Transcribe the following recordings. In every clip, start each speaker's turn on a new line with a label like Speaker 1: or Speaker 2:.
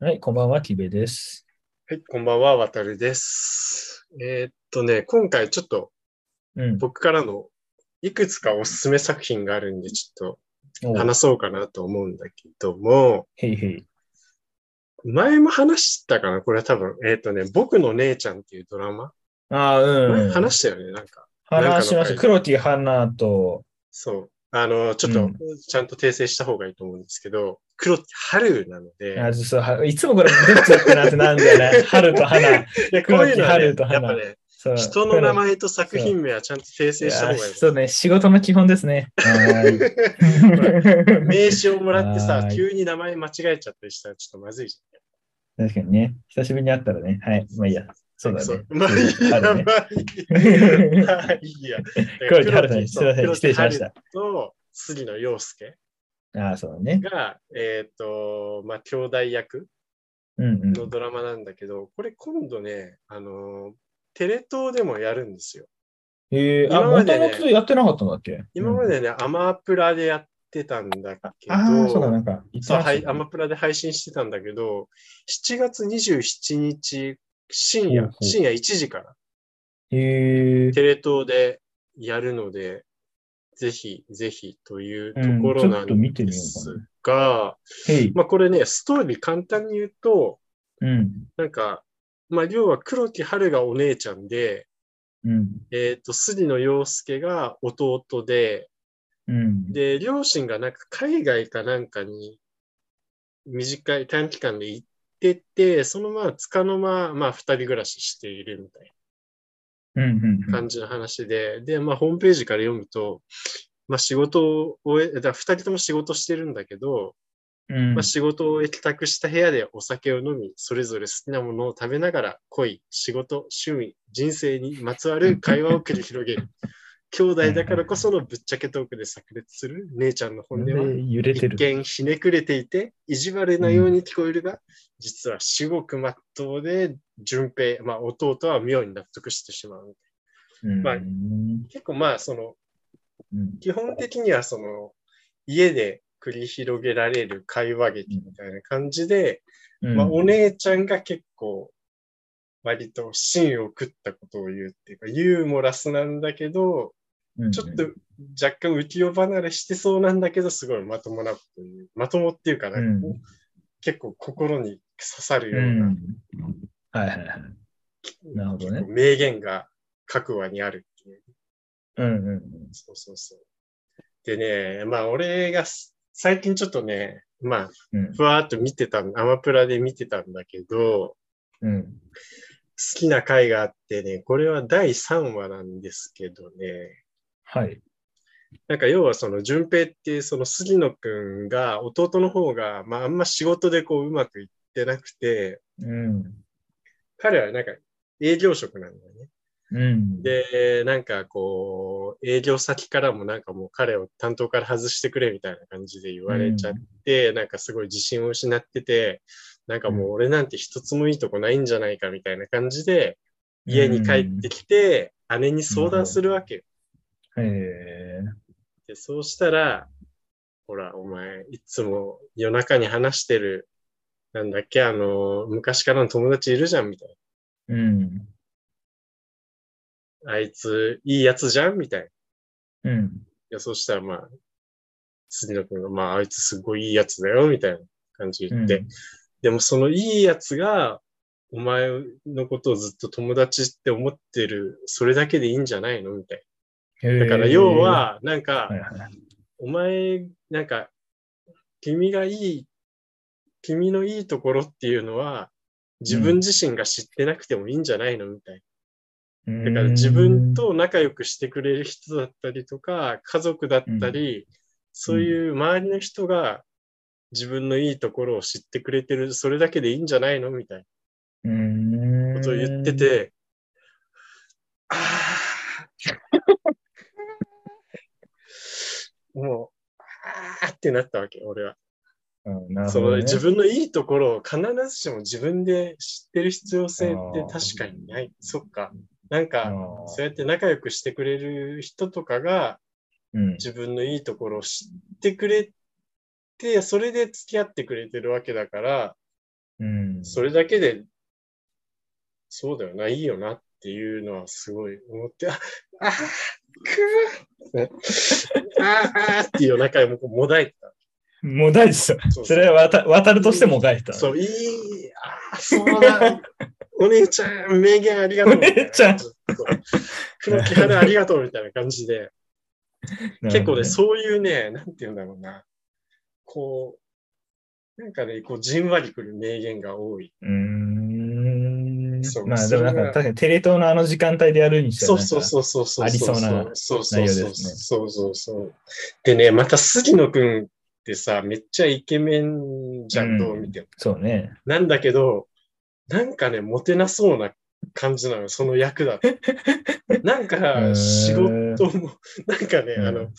Speaker 1: はい、こんばんは、木部です。
Speaker 2: はい、こんばんは、わたるです。えーっとね、今回ちょっと
Speaker 1: うん。
Speaker 2: 僕からのいくつかおすすめ作品があるんで、ちょっ
Speaker 1: お
Speaker 2: と話そうかなと思うんだけども、
Speaker 1: へいへい。
Speaker 2: 前も話したかなこれは多分、えーっとね、僕の姉ちゃんっていうドラマ、
Speaker 1: ああ、うん。
Speaker 2: 話したよね、なんか。
Speaker 1: 話しまし
Speaker 2: なんかの
Speaker 1: た。
Speaker 2: 回
Speaker 1: 黒木花と、
Speaker 2: そう。あの、ちょっ
Speaker 1: う
Speaker 2: と
Speaker 1: ん、
Speaker 2: ちゃんと訂正した方がいいと思うんですけど、黒木春なので、
Speaker 1: あそうはいつもこれ、どっちだっけなってなんだ よね。春と花。
Speaker 2: いやこういうのは、
Speaker 1: 黒
Speaker 2: ね、
Speaker 1: 木春と
Speaker 2: やっ
Speaker 1: 花
Speaker 2: ぱね、
Speaker 1: そう
Speaker 2: 人の名前と作品名はちゃんと訂正した方がいい
Speaker 1: いや。そうね、仕事の基本ですね。は
Speaker 2: ほら
Speaker 1: ーい
Speaker 2: 名刺をもらって
Speaker 1: は
Speaker 2: さ、
Speaker 1: ーい
Speaker 2: 急に名前間違えちゃったりしたらちょっとまずいじ
Speaker 1: 確かにね、久しぶりに会ったらね。はい、まあいいや。
Speaker 2: ゃ。
Speaker 1: そうんだね。
Speaker 2: まあいいや、
Speaker 1: 春ね
Speaker 2: まあいいや。 まあい いや。
Speaker 1: 黒木春さん、すいません、
Speaker 2: 黒
Speaker 1: 失礼
Speaker 2: 木
Speaker 1: しまし
Speaker 2: 春
Speaker 1: た。
Speaker 2: と杉野陽介
Speaker 1: ああ、そうだね。
Speaker 2: が、えっ、と、まあ、兄弟役
Speaker 1: うんうん。
Speaker 2: のドラマなんだけど、これ今度ね、あの、テレ東でもやるんですよ。
Speaker 1: ええあ、
Speaker 2: 今
Speaker 1: も
Speaker 2: ま
Speaker 1: と
Speaker 2: でね
Speaker 1: もとやってなかったんだっけ
Speaker 2: 今までね、アマプラでやってたんだけど、
Speaker 1: ああ、そうだ、なんか、い
Speaker 2: そう、はい、アマプラで配信してたんだけど、7月27日深
Speaker 1: ほ
Speaker 2: 夜
Speaker 1: うほ、う
Speaker 2: 深夜1時から
Speaker 1: へえ
Speaker 2: テレ東でやるので、ぜひぜひというとこ
Speaker 1: うんち
Speaker 2: ろ
Speaker 1: ょ
Speaker 2: な
Speaker 1: っと見
Speaker 2: ん
Speaker 1: てみ
Speaker 2: で
Speaker 1: ようか
Speaker 2: す
Speaker 1: な。
Speaker 2: が、
Speaker 1: へい。
Speaker 2: まあこれね、ストーリー簡単に言うと、
Speaker 1: うん。
Speaker 2: なんか、まあ要は黒木春がお姉ちゃんで、
Speaker 1: うん。
Speaker 2: えっ、と、杉野陽介が弟で、
Speaker 1: うん。
Speaker 2: で、両親がなんか海外かなんかに短い短期間で行ってて、そのままつかの間、まあ二人暮らししているみたい
Speaker 1: うんうん
Speaker 2: な感じの話で、で、まあホームページから読むと、まあ仕事を終え、だから二人とも仕事してるんだけど、
Speaker 1: うん。
Speaker 2: まあ仕事を終え帰宅した部屋でお酒を飲み、それぞれ好きなものを食べながら恋、仕事、趣味、人生にまつわ る会話を繰り広げる。兄弟だからこそのぶっちゃけトークで炸裂する姉ちゃんの本音は
Speaker 1: で揺れて
Speaker 2: 一
Speaker 1: る。
Speaker 2: 見ひねくれていて、意地悪なように聞こえるが、実は至極まっとうで、順平、まあ、弟は妙に納得してしまう。
Speaker 1: うん
Speaker 2: まあ
Speaker 1: うん
Speaker 2: 結構まあ、その、基本的にはその、家で繰り広げられる会話劇みたいな感じで、
Speaker 1: うん
Speaker 2: まあ、お姉ちゃんが結構、割と芯を食ったことを言うっていうか、ユーモラスなんだけど、
Speaker 1: うん
Speaker 2: ちょっと若干浮世離れしてそうなんだけど、すごいまともなこと言う。まともっていうかな、
Speaker 1: うん
Speaker 2: 結構心に刺さ
Speaker 1: う
Speaker 2: るような、
Speaker 1: ん。はいはいはい。なるほどね
Speaker 2: 結構名言が各話にあるっていう。
Speaker 1: うんうん
Speaker 2: そうそうそう。でね、まあ俺がす最近ちょっとね、まあ、
Speaker 1: うん
Speaker 2: ふわーっと見てた、アマプラで見てたんだけど、
Speaker 1: うん。うん。
Speaker 2: 好きな回があってね、これは第3話なんですけどね、
Speaker 1: はい。
Speaker 2: なんか要はその順平っていうその杉野くんが弟の方がまああんま仕事でこううまくいってなくて、
Speaker 1: うん。
Speaker 2: 彼はなんか営業職なんだよね。
Speaker 1: うん。、
Speaker 2: で、なんかこう営業先からもなんかもう彼を担当から外してくれみたいな感じで言われちゃって、なんかすごい自信を失ってて、なんかもう俺なんて一つもいいとこないんじゃないかみたいな感じで家に帰ってきて姉に相談するわけよ
Speaker 1: うん。へ
Speaker 2: で、そうしたら、ほら、お前、いつも夜中に話してる、なんだっけ、あの、昔からの友達いるじゃん、みたい
Speaker 1: え。うん。
Speaker 2: な。あいつ、いいやつじゃん、みたいな。い
Speaker 1: うん。
Speaker 2: や、そうしたら、まあ、杉野君が、まあ、あいつすごいいいやつだよ、みたいな感じ言って。でも、そのいいやつが、お前のことをずっと友達って思ってる、それだけでいいんじゃないのみたい
Speaker 1: うん。
Speaker 2: な。だから、
Speaker 1: へえ
Speaker 2: 要、は、なんか、
Speaker 1: はいはい
Speaker 2: お前、なんか、君がいい、君のいいところっていうのは、自分自身が知ってなくてもいいんじゃないのみたいな。だから自分、と仲良くしてくれる人だったりとか、家族だったり、そういう周りの人が自分のいいところを知ってくれてる、それだけでいいんじゃないのみたい
Speaker 1: うん。
Speaker 2: なことを言って。て、ああ、 もう、ああってなったわけ、俺は。
Speaker 1: うん、なる
Speaker 2: そ
Speaker 1: ほど
Speaker 2: の
Speaker 1: ね。
Speaker 2: 自分のいいところを必ずしも自分で知ってる必要性って
Speaker 1: あー
Speaker 2: 確かにない。そっか。なんか、
Speaker 1: ああ
Speaker 2: そうやって仲良くしてくれる人とかが
Speaker 1: うん。
Speaker 2: 自分のいいところを知ってくれて、それで付き合ってくれてるわけだから、
Speaker 1: うん。
Speaker 2: それだけで、そうだよな、いいよなっていうのはすごい思って、ああくーあーあーっていう中でもこうもだいて
Speaker 1: もう大事です
Speaker 2: た。そう
Speaker 1: それは渡渡るとしてもがいた。
Speaker 2: そう、いい、あーそうだ。お姉ちゃん、名言ありがとうみたいな。
Speaker 1: お姉ちゃん
Speaker 2: そう黒木原ありがとうみたいな感じで、
Speaker 1: なる
Speaker 2: 結
Speaker 1: ほ
Speaker 2: 構
Speaker 1: ど
Speaker 2: ね、
Speaker 1: ね
Speaker 2: そういうね、なんて言うんだろうな、こう、なんかね、こう、じんわりくる名言が多い。
Speaker 1: うーん
Speaker 2: そう
Speaker 1: まあでもなん
Speaker 2: それ
Speaker 1: か
Speaker 2: が
Speaker 1: 確かにテレ東のあの時間帯でやるにして
Speaker 2: そ
Speaker 1: は
Speaker 2: うそうそうそうそう。
Speaker 1: ありそうな
Speaker 2: そうそう
Speaker 1: 内容
Speaker 2: そ
Speaker 1: で
Speaker 2: う
Speaker 1: すね
Speaker 2: そうそうそう。でね、また杉野くんってさ、めっちゃイケメンじゃ
Speaker 1: うん
Speaker 2: ん、どう見ても。
Speaker 1: う。そうね。
Speaker 2: なんだけど、なんかね、モテなそうな感じなのよ、その役 だと。なん
Speaker 1: ー
Speaker 2: か、仕事も、なんかね、
Speaker 1: うん
Speaker 2: あの、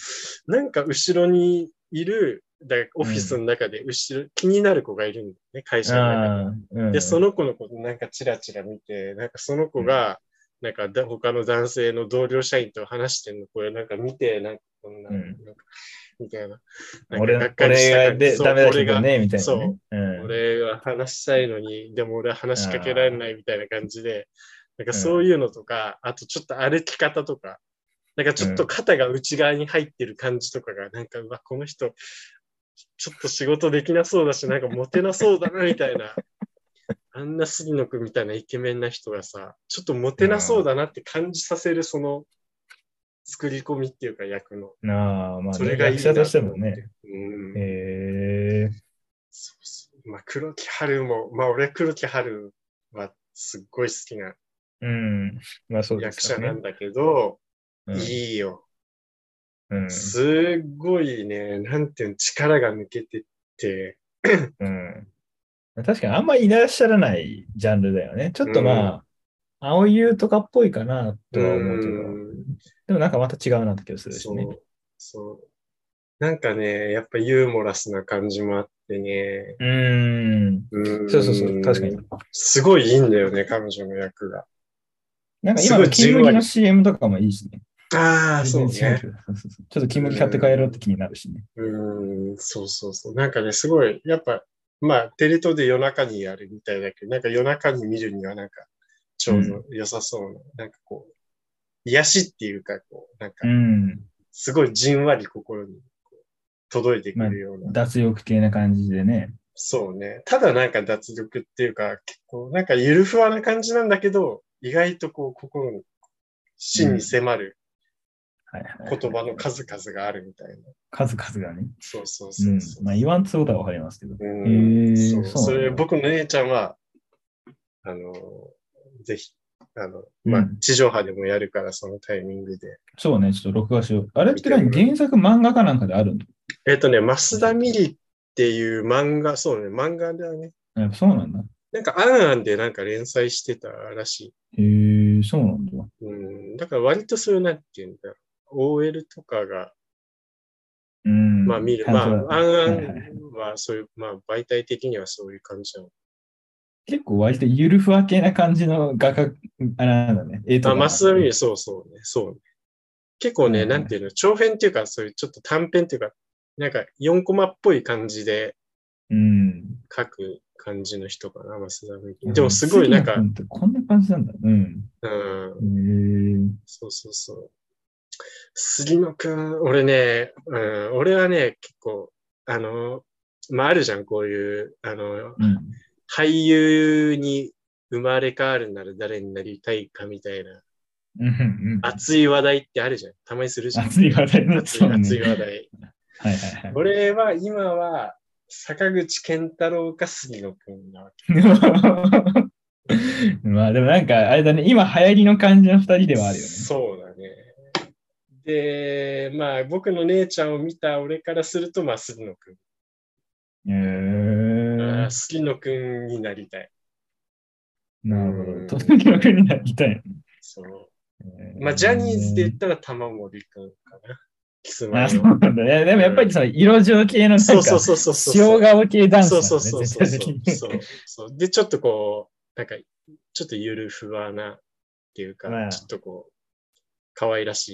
Speaker 2: なんか後ろにいる、だからオフィスの中で後ろ、気になる子がいるんだよね、会社の中で。
Speaker 1: ああ、うん。
Speaker 2: で、その子のことなんかチラチラ見て、なんかその子が、なんかだ他の男性の同僚社員と話してるの、これなんか見て、なんかこんな、
Speaker 1: うん
Speaker 2: なんかみたいな。なん
Speaker 1: 俺
Speaker 2: か
Speaker 1: の
Speaker 2: がっかりし
Speaker 1: 俺
Speaker 2: た
Speaker 1: が
Speaker 2: 感じ
Speaker 1: で
Speaker 2: そう
Speaker 1: ダメだけ
Speaker 2: 俺
Speaker 1: ど
Speaker 2: が
Speaker 1: ね、みたいなね。
Speaker 2: そう
Speaker 1: うん。
Speaker 2: 俺は話したいのに、でも俺は話しかけられないみたいな感じで、なんかそういうのとか、あとちょっと歩き方とか、なんかちょっと肩が内側に入ってる感じとかが、なんか、うわ、この人、ちょっと仕事できなそうだし、なんかモテなそうだな、みたい な。あんな杉野くんみたいなイケメンな人がさ、ちょっとモテなそうだなって感じさせる、その、作り込みっていうか役の。
Speaker 1: なあ、まあ、
Speaker 2: それがいい
Speaker 1: 役
Speaker 2: な
Speaker 1: 者として
Speaker 2: 思っ
Speaker 1: もね。。
Speaker 2: うん
Speaker 1: へえ
Speaker 2: そうそう。まあ、黒木春も、まあ、俺、黒木春はすっごい好きな
Speaker 1: うん。まあそうで
Speaker 2: 役
Speaker 1: す
Speaker 2: 者
Speaker 1: よ
Speaker 2: な
Speaker 1: ね
Speaker 2: ん。だけど、
Speaker 1: うん
Speaker 2: いいよ。
Speaker 1: うん
Speaker 2: すっごいね、なんていうの、力が抜けてって、
Speaker 1: うん。確かにあんまりいらっしゃらないジャンルだよね。ちょっとまあ、青い優とかっぽいかなとは思うけど、
Speaker 2: うん
Speaker 1: でもなんかまた違うなって気がするし
Speaker 2: そ
Speaker 1: ね。
Speaker 2: う、そう。なんかね、やっぱユーモラスな感じもあってね。
Speaker 1: うーん。
Speaker 2: うん
Speaker 1: そうそうそう、確かに。。
Speaker 2: すごいいいんだよね、彼女の役が。
Speaker 1: なんか
Speaker 2: す
Speaker 1: 今
Speaker 2: ご
Speaker 1: の
Speaker 2: い
Speaker 1: 金
Speaker 2: じんわり
Speaker 1: 麦の CM とかもいいしね。
Speaker 2: ああ、そう
Speaker 1: 全然違
Speaker 2: ね
Speaker 1: け。どそうそうそうちょっと金麦買って帰ろうって気になるしね。
Speaker 2: うーん、そうそうそう。なんかね、すごい、やっぱ、まあ、テレ東で夜中にやるみたいだけど、なんか夜中に見るには、なんか、ちょうど良さそうな、なんかこう、癒しっていうか、こう、なん
Speaker 1: う
Speaker 2: か、
Speaker 1: ん。
Speaker 2: すごいじんわり心にこう届いてくるような。
Speaker 1: 脱力系な感じでね。
Speaker 2: そうね。ただなんか脱力っていうか、結構、なんかゆるふわな感じなんだけど、意外とこう、心に、真に迫る
Speaker 1: はいはい。
Speaker 2: 言葉の数々があるみたいな。
Speaker 1: 数々がね。
Speaker 2: そうそう
Speaker 1: う
Speaker 2: そ
Speaker 1: ん
Speaker 2: うそう。。
Speaker 1: まあ言わんつことはわかりますけど。
Speaker 2: うん
Speaker 1: へー
Speaker 2: そ
Speaker 1: そう
Speaker 2: う
Speaker 1: なんだ
Speaker 2: それ、僕の姉ちゃんは、あの、ぜひ、あの、ま
Speaker 1: う
Speaker 2: あ
Speaker 1: ん、
Speaker 2: 地上波でもやるから、そのタイミングで。
Speaker 1: そうね、ちょっと録画しよう。あれって何原作漫画かなんかであるの
Speaker 2: えっ、とね、増田ミリっていう漫画、そうね、漫画だね。
Speaker 1: やっぱそうなんだ。
Speaker 2: なんか、アンアンでなんか連載してたらし
Speaker 1: へえ、そうなんだ。
Speaker 2: い。うん、だから割とそういう、なんていうんだろう。OL とかが、
Speaker 1: うん。
Speaker 2: まあ見る。
Speaker 1: 感
Speaker 2: まあ、
Speaker 1: 想
Speaker 2: ア
Speaker 1: だ
Speaker 2: ンア
Speaker 1: はいはいはい
Speaker 2: ンはそういう、まあ媒体的にはそういう感じなの。
Speaker 1: 結構割とゆるふわ系な感じの画角、あれなんだね。え
Speaker 2: あ、マスダミリ、そうそうね、そうね。結構ね、
Speaker 1: うん
Speaker 2: なんていうの、長編っていうか、そういうちょっと短編っていうか、なんか4コマっぽい感じで
Speaker 1: うん。
Speaker 2: 書く感じの人かな、マスダミリ。でもすごいなんか
Speaker 1: 杉、野君ってこんな感じなんだ。うん。
Speaker 2: うん、
Speaker 1: へえ。
Speaker 2: そうそうそう。杉野くん、俺ね、うん、俺はね、結構、あの、まあ、あるじゃん、こういう、あの、
Speaker 1: うん。
Speaker 2: 俳優に生まれ変わるなら誰になりたいかみたいな、
Speaker 1: うんうん
Speaker 2: 熱い話題ってあるじゃん。たまにするじゃん。
Speaker 1: 熱い話題ね
Speaker 2: 熱い、熱い
Speaker 1: そうね
Speaker 2: 話題。
Speaker 1: はいはいはい。
Speaker 2: 俺は今は坂口健太郎か杉野くんなわけ。
Speaker 1: まあでもなんか、あれだね、今流行りの感じの二人ではあるよね。
Speaker 2: そうだね。で、まあ僕の姉ちゃんを見た俺からすると、まあ杉野くん。
Speaker 1: へ
Speaker 2: あ
Speaker 1: え
Speaker 2: ー。杉野くんになりたい。
Speaker 1: なるほど。
Speaker 2: うん
Speaker 1: とにかくになりたい。
Speaker 2: そうまあジャニーズで言ったら玉森くんかな。キスマ
Speaker 1: あ、
Speaker 2: イ
Speaker 1: そう
Speaker 2: の。
Speaker 1: なんだ。いやでもやっぱりその色情系のなんか、
Speaker 2: そうそうそうそう そう。
Speaker 1: 塩顔系ダンスだ
Speaker 2: そ
Speaker 1: ね
Speaker 2: うそうそうそう
Speaker 1: 絶
Speaker 2: そ
Speaker 1: 対
Speaker 2: う
Speaker 1: 的
Speaker 2: そうそう。で、ちょっとこう、なんか、ちょっとゆるふわなっていうか、
Speaker 1: まあ
Speaker 2: ちょっとこう、可愛らし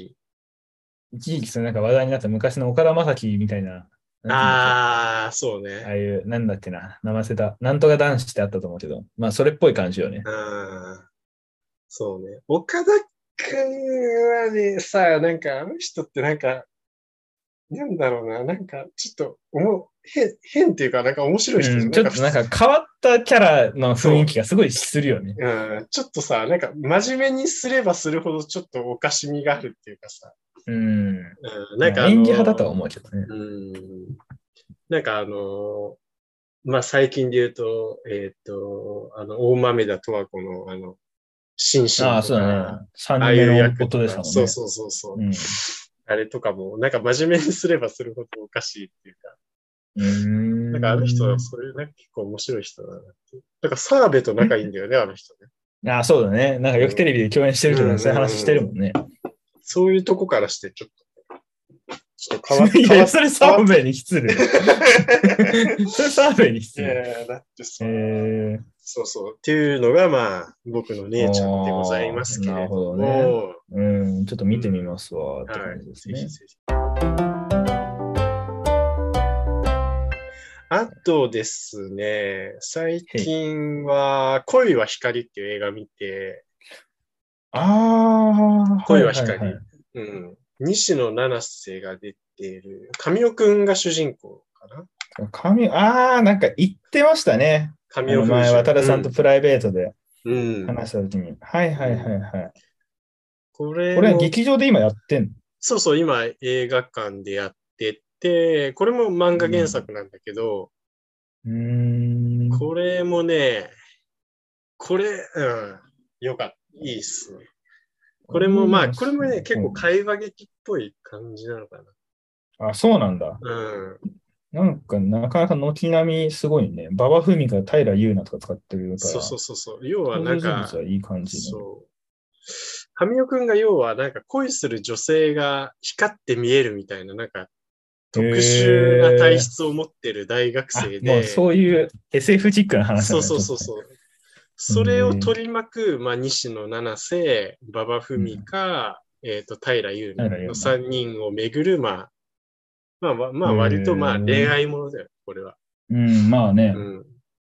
Speaker 2: い。
Speaker 1: に。一時期そのなんか話題になった昔の岡田将生みたいな、あ
Speaker 2: ああ、そう
Speaker 1: あ
Speaker 2: ね。
Speaker 1: いう、なんだっけな、生瀬だ、なんとか男子ってあったと思うけど、まあ、それっぽい感じよね。
Speaker 2: ああ、そうね。岡田くんはね、さ、なんかあの人ってなんか、なんだろうな、なんかちょっとおも変、変っていうか、なんか面白い人、
Speaker 1: うんちょっとなんか変わったキャラの雰囲気がすごいするよね。
Speaker 2: うん、ちょっとさ、なんか真面目にすればするほどちょっとおかしみがあるっていうかさ、
Speaker 1: うん。
Speaker 2: うん、なんかあの
Speaker 1: 演技派だとは思うけどね。
Speaker 2: うん、なんかあの、まあ、最近で言うと、えっ、と、あの、大豆田十和子の、あの、シンシンとか
Speaker 1: ああ、そうだね。三
Speaker 2: ああい
Speaker 1: 人
Speaker 2: う
Speaker 1: 目の
Speaker 2: 役と
Speaker 1: こと
Speaker 2: か
Speaker 1: でしたもんね。
Speaker 2: そうそうそうそう、
Speaker 1: うん
Speaker 2: あれとかも、なんか真面目にすればするほどおかしいっていうか、
Speaker 1: うーん。
Speaker 2: なんかあの人はそれ、なんか結構面白い人だなって。なんか澤部と仲いいんだよね、あの人ね。
Speaker 1: ああ、そうだね。なんかよくテレビで共演してるけど、
Speaker 2: うん
Speaker 1: そういう話してるもんね。
Speaker 2: そういうとこからして、ちょっと。ちょっと変わっ
Speaker 1: い
Speaker 2: 変わ
Speaker 1: や、
Speaker 2: っ
Speaker 1: それ澤部に失礼。 それ澤部に失
Speaker 2: い
Speaker 1: 礼。
Speaker 2: やいやだってさ、
Speaker 1: えー、
Speaker 2: そうそう。っていうのが、まあ、僕の姉ちゃんでございますけれど
Speaker 1: あ
Speaker 2: も。
Speaker 1: ーなるほうん、ちょっと見てみますわ、って
Speaker 2: は
Speaker 1: 感
Speaker 2: い
Speaker 1: じです
Speaker 2: ぜひ
Speaker 1: ね。
Speaker 2: ぜひ。あとですね、最近は、恋は光っていう映画見て、
Speaker 1: ああ、
Speaker 2: 声は光
Speaker 1: いいい
Speaker 2: うん、西野七瀬が出ている、神尾くんが主人公かな
Speaker 1: 神、ああ、なんか言ってましたね。あ
Speaker 2: 神尾
Speaker 1: の
Speaker 2: く
Speaker 1: 前、渡るさんとプライベートで
Speaker 2: うん、うん
Speaker 1: 話したときに。はいはいはいはい。
Speaker 2: これ
Speaker 1: これは
Speaker 2: も、
Speaker 1: 劇場で今やってんの
Speaker 2: そうそう、今映画館でやってて、これも漫画原作なんだけど、
Speaker 1: うーん。
Speaker 2: これもね、これ、うん、よかった。いいっすね。これも、まあ、これもね、結構会話劇っぽい感じなのか
Speaker 1: あ、そうなんだ。
Speaker 2: な。うん。
Speaker 1: なんか、なかなか軒並みすごいね。馬場文が平優奈とか使ってるから、
Speaker 2: そうそうそうそう。要はな
Speaker 1: 登
Speaker 2: ん
Speaker 1: 場人
Speaker 2: か
Speaker 1: 物、はいい感じの。
Speaker 2: そう。神尾くんが要は、なんか恋する女性が光って見えるみたいな、なんか、特殊な体質を持ってる大学
Speaker 1: あ
Speaker 2: 生
Speaker 1: もう
Speaker 2: で、
Speaker 1: そういう SF チックな話
Speaker 2: そ
Speaker 1: なん
Speaker 2: う
Speaker 1: だ
Speaker 2: そうそうそう。それを取り巻く、まあ、西野七瀬、馬場文か、えっ、と、平優
Speaker 1: 平
Speaker 2: 奈
Speaker 1: 優
Speaker 2: の
Speaker 1: 奈
Speaker 2: 3人をめぐる、まあ、まあ、まあまあ、
Speaker 1: へー
Speaker 2: 割と、まあ、恋愛ものだよ、これは。
Speaker 1: うん、まあね。
Speaker 2: うん。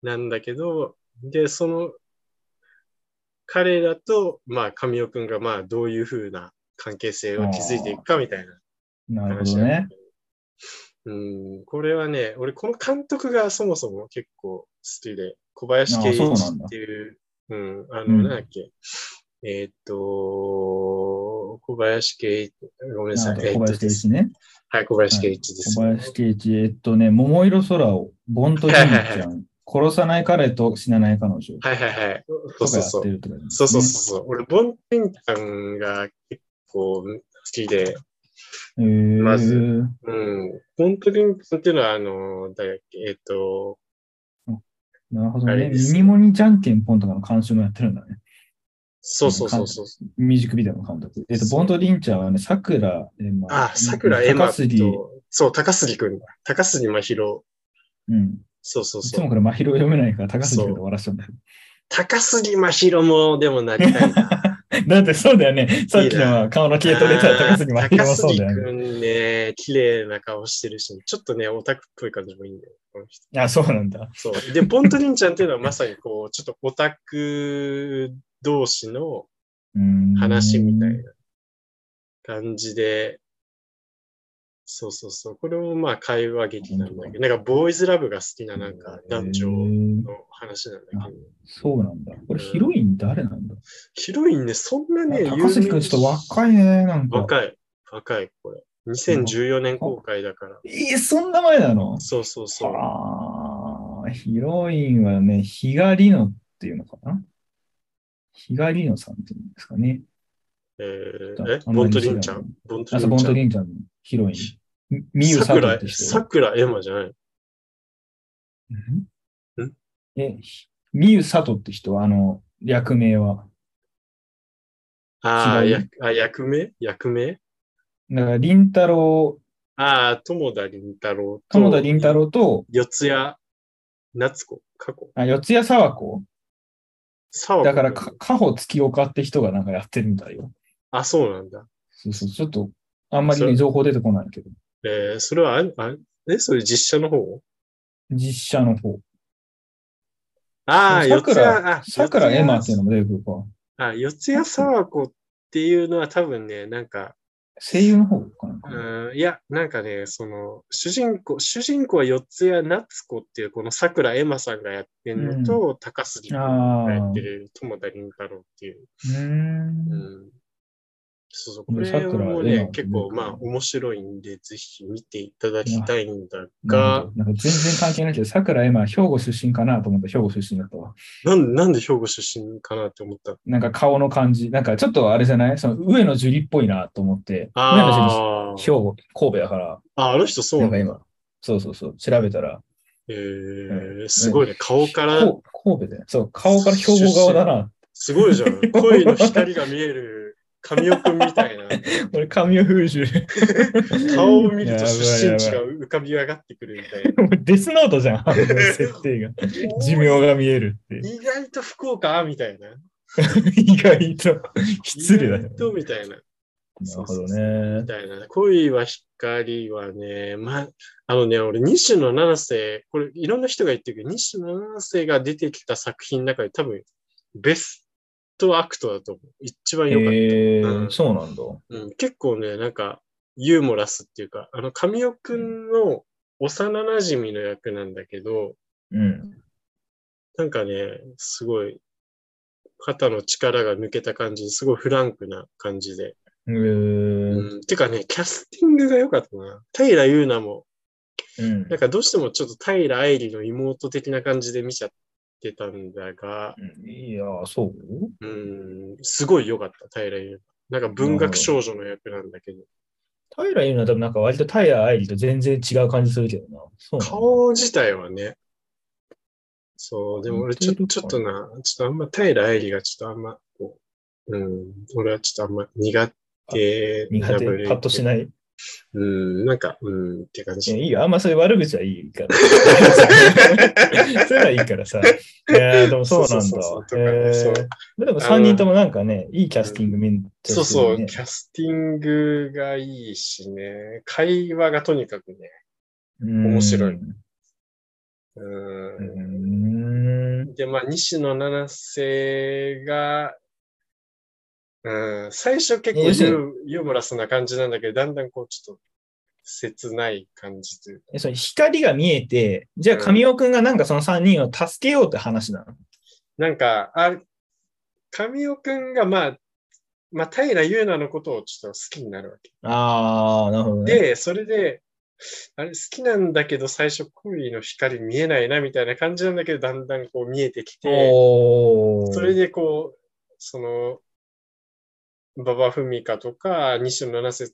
Speaker 2: なんだけど、で、その、彼らと、まあ、神尾くんが、まあ、どういうふうな関係性を築いていくか、みたいな。
Speaker 1: なるほ
Speaker 2: 話
Speaker 1: ど
Speaker 2: だ
Speaker 1: ね。
Speaker 2: うん、これはね、俺、この監督がそもそも結構好きで、小林
Speaker 1: あ
Speaker 2: 圭一
Speaker 1: そうなんだ
Speaker 2: っていう、うん、あの、
Speaker 1: うん
Speaker 2: なんだっけ、えーっと、小林圭一、ごめんなさ
Speaker 1: ないん、
Speaker 2: え
Speaker 1: か
Speaker 2: ー
Speaker 1: 小
Speaker 2: っと
Speaker 1: 林圭一ね。
Speaker 2: はい、小林圭一です
Speaker 1: 小
Speaker 2: よ、
Speaker 1: 林圭一、えっとね、桃色空を、ボンとジュニちゃん、殺さない彼と死なない彼女
Speaker 2: はいはいはい。そ
Speaker 1: と
Speaker 2: う
Speaker 1: か
Speaker 2: そう
Speaker 1: や
Speaker 2: そ
Speaker 1: っ
Speaker 2: う
Speaker 1: て。るってことですね
Speaker 2: そうそうそうそう。俺、ボンテンタンが結構好きで、
Speaker 1: へー
Speaker 2: まずうん、ボンテンタンっていうのは、あの、誰だっけ、えーっと、
Speaker 1: なるほど
Speaker 2: あ
Speaker 1: ね。
Speaker 2: れです
Speaker 1: 耳モニじゃんけんぽんとかの監修もやってるんだね。
Speaker 2: そうそうそうそう。
Speaker 1: ミュージックビデオの監督。えっと、ボンド・リンチャーはね、さくら、えま
Speaker 2: あ、桜エマ
Speaker 1: 高杉、う
Speaker 2: と、そう、高杉くんだ。高杉真宙。
Speaker 1: ん。
Speaker 2: そうそう
Speaker 1: いつ
Speaker 2: そ
Speaker 1: も
Speaker 2: う。
Speaker 1: これ、真宙読めないから、高杉君
Speaker 2: そ
Speaker 1: で
Speaker 2: う
Speaker 1: 終わらしちゃうんだよ。
Speaker 2: 高杉真宙も、でもなりたいな。
Speaker 1: だってそうだよね。さっき
Speaker 2: いい
Speaker 1: の顔の 消え取れた高杉真宙もそうだ
Speaker 2: 高杉
Speaker 1: よ
Speaker 2: くんね、綺麗な顔してるし、ちょっとね、オタクっぽい感じもいいんだよ。この人
Speaker 1: ね。あ、そうなんだ。
Speaker 2: そう。で、ポントリンちゃんっていうのはまさにこう、ちょっとオタク同士の
Speaker 1: うーん
Speaker 2: 話みたい。な感じで、そうそうそう。これもまあ会話劇なんだけど、なんかボーイズラブが好きななんか男女
Speaker 1: へ
Speaker 2: の
Speaker 1: ー
Speaker 2: 話なんだけど。
Speaker 1: そうなんだ。これ、ヒロイン誰なんだ
Speaker 2: ヒロインね、そんなね、
Speaker 1: 高杉君ちょっと
Speaker 2: い。
Speaker 1: 若いね、なんか。
Speaker 2: 若い、若い、これ。2014年公開だから。
Speaker 1: えーそんな前なの
Speaker 2: そうそうそう。
Speaker 1: ああ、ヒロインはね、ヒガリノっていうのかなヒガリノさんっていうんですかね。
Speaker 2: え
Speaker 1: あ
Speaker 2: ー、え
Speaker 1: あんま
Speaker 2: ボ
Speaker 1: り
Speaker 2: ントリンちゃんボント
Speaker 1: あ
Speaker 2: リ
Speaker 1: そうボント
Speaker 2: ンち
Speaker 1: リンちゃんのヒロイン。みみゆ
Speaker 2: ゃん。
Speaker 1: さ
Speaker 2: 桜
Speaker 1: くっ
Speaker 2: え
Speaker 1: て人。
Speaker 2: 桜エマじゃない
Speaker 1: うん
Speaker 2: ん
Speaker 1: え、ひみゆさとって人は、あの、役名は。
Speaker 2: あー
Speaker 1: 違う
Speaker 2: やあ、役名役名
Speaker 1: だから、りんたろう、
Speaker 2: ああ、友田凛太郎と。
Speaker 1: 友田りんたろうと、
Speaker 2: 四谷夏子、過去。
Speaker 1: あ四谷沢子。
Speaker 2: 沢子
Speaker 1: だから、か、かほ月岡って人がなんかやってるんだよ。
Speaker 2: あ、そうなんだ。
Speaker 1: そうそう、ちょっと、あんまり
Speaker 2: そ
Speaker 1: ね、
Speaker 2: れ
Speaker 1: 情報出てこないけど。
Speaker 2: えー、それはあ、あ、え、それ実写の方
Speaker 1: 実写の方。
Speaker 2: ああ、
Speaker 1: さ
Speaker 2: 四
Speaker 1: く
Speaker 2: 谷、あ
Speaker 1: ら、、さくらエマっていうのも出てくるか。
Speaker 2: あ、四谷沢子っていうのは多分ね、なんか、
Speaker 1: 声優の方かな。
Speaker 2: うん、いや、なんかね、その、主人公、主人公は四谷夏子っていう、この桜エマさんがやってるのと、高杉君がやってる友田凛太郎っていう。
Speaker 1: うー。
Speaker 2: うんん。そうそう、
Speaker 1: こ
Speaker 2: こ
Speaker 1: れ
Speaker 2: れも
Speaker 1: 桜エマ
Speaker 2: ね
Speaker 1: も、
Speaker 2: 結構、まあ、面白いんで、ぜひ見ていただきたいんだ
Speaker 1: なん
Speaker 2: が
Speaker 1: か、なんか全然関係ないけど、さくらエマ、兵庫出身かなと思った兵庫出身だったわ。
Speaker 2: なんなんで兵庫出身かなって思った。
Speaker 1: なんか顔の感じ、なんかちょっとあれじゃないその上野樹里っぽいなと思って、上野樹里
Speaker 2: あ
Speaker 1: 兵庫、神戸だから、
Speaker 2: あ、ああの人そう
Speaker 1: な
Speaker 2: なんんだ
Speaker 1: か今、そうそうそう、調べたら、
Speaker 2: え
Speaker 1: う
Speaker 2: ー、すごいね。顔から、
Speaker 1: こう神戸で、そう、顔から兵庫側だな。
Speaker 2: すごいじゃ ん。恋の光が見える、神尾くんみたいな。
Speaker 1: 俺、神尾風習。
Speaker 2: 顔を見ると出身地
Speaker 1: や
Speaker 2: が浮かび上がってくるみたいな。
Speaker 1: ばいやばいデスノートじ ゃん、設定が。 寿命が見えるっていう。
Speaker 2: 意外と福岡みたいな。
Speaker 1: 意外と、失礼だ
Speaker 2: 意
Speaker 1: よ
Speaker 2: 外。とみたい
Speaker 1: な
Speaker 2: な。
Speaker 1: るほど
Speaker 2: そうそうそう
Speaker 1: ね
Speaker 2: み。たいな。恋は光はね、まあ、あのね、俺、西野七瀬、これ、いろんな人が言ってるけど、西野七瀬が出てきた作品の中で多分、ベストアクトだと思う。一番良かった。
Speaker 1: えー
Speaker 2: うん
Speaker 1: そうなんだ。
Speaker 2: うん、結構ね、なんか、ユーモラスっていうか、あの、神尾くんの幼馴染みの役なんだけど、
Speaker 1: うん。
Speaker 2: なんかね、すごい、肩の力が抜けた感じですごいフランクな感じで。
Speaker 1: え
Speaker 2: う
Speaker 1: ー
Speaker 2: ん、てかね、キャスティングが良かったな。平優奈も、
Speaker 1: うん
Speaker 2: なんかどうしてもちょっと平愛理の妹的な感じで見ちゃってたんだが、
Speaker 1: いやー、そう
Speaker 2: うん、すごい良かった、平優奈。なんか文学少女の役なんだけど、
Speaker 1: 平いうのは多分なんか割と平愛理と全然違う感じするけどな。そうなんだ
Speaker 2: 顔自体はね、そう、でも俺ちょ
Speaker 1: 似てるか
Speaker 2: ちょっとな、ちょっとあんま平愛理がちょっとあんま、こう、うん、俺はちょっとあんま苦手
Speaker 1: 苦
Speaker 2: な
Speaker 1: 手
Speaker 2: 部類、
Speaker 1: パッとしない。
Speaker 2: うん、なんか、うん、って感
Speaker 1: いや
Speaker 2: じ。
Speaker 1: いいよ。あんまそういう悪口はいい から。そういうのはいいからさ。いやーでもそうなんだ。
Speaker 2: そうそうそうとかね
Speaker 1: え
Speaker 2: そう
Speaker 1: ーでも3人ともなんかね、いいキャスティング見んと
Speaker 2: そうそ
Speaker 1: ね
Speaker 2: う、キャスティングがいいしね、会話がとにかくね、
Speaker 1: うん
Speaker 2: 面白い
Speaker 1: う。
Speaker 2: うんん。で、まあ、西野七瀬が、うん、最初結構ユ
Speaker 1: 要する
Speaker 2: ーユーモラスな感じなんだけど、だんだんこう、ちょっと、切ない感じというか。
Speaker 1: えその光が見えて、じゃあ神尾くんがなんかその3人を助けようって話なの。
Speaker 2: なんか、あ、神尾くんが、まあ、まあ、平優奈のことをちょっと好きになるわけ。
Speaker 1: ああ、なるほどね。
Speaker 2: で、それで、あれ好きなんだけど、最初恋の光見えないなみたいな感じなんだけど、だんだんこう見えてきて、
Speaker 1: おー
Speaker 2: それでこう、その、馬場文香とか西野七瀬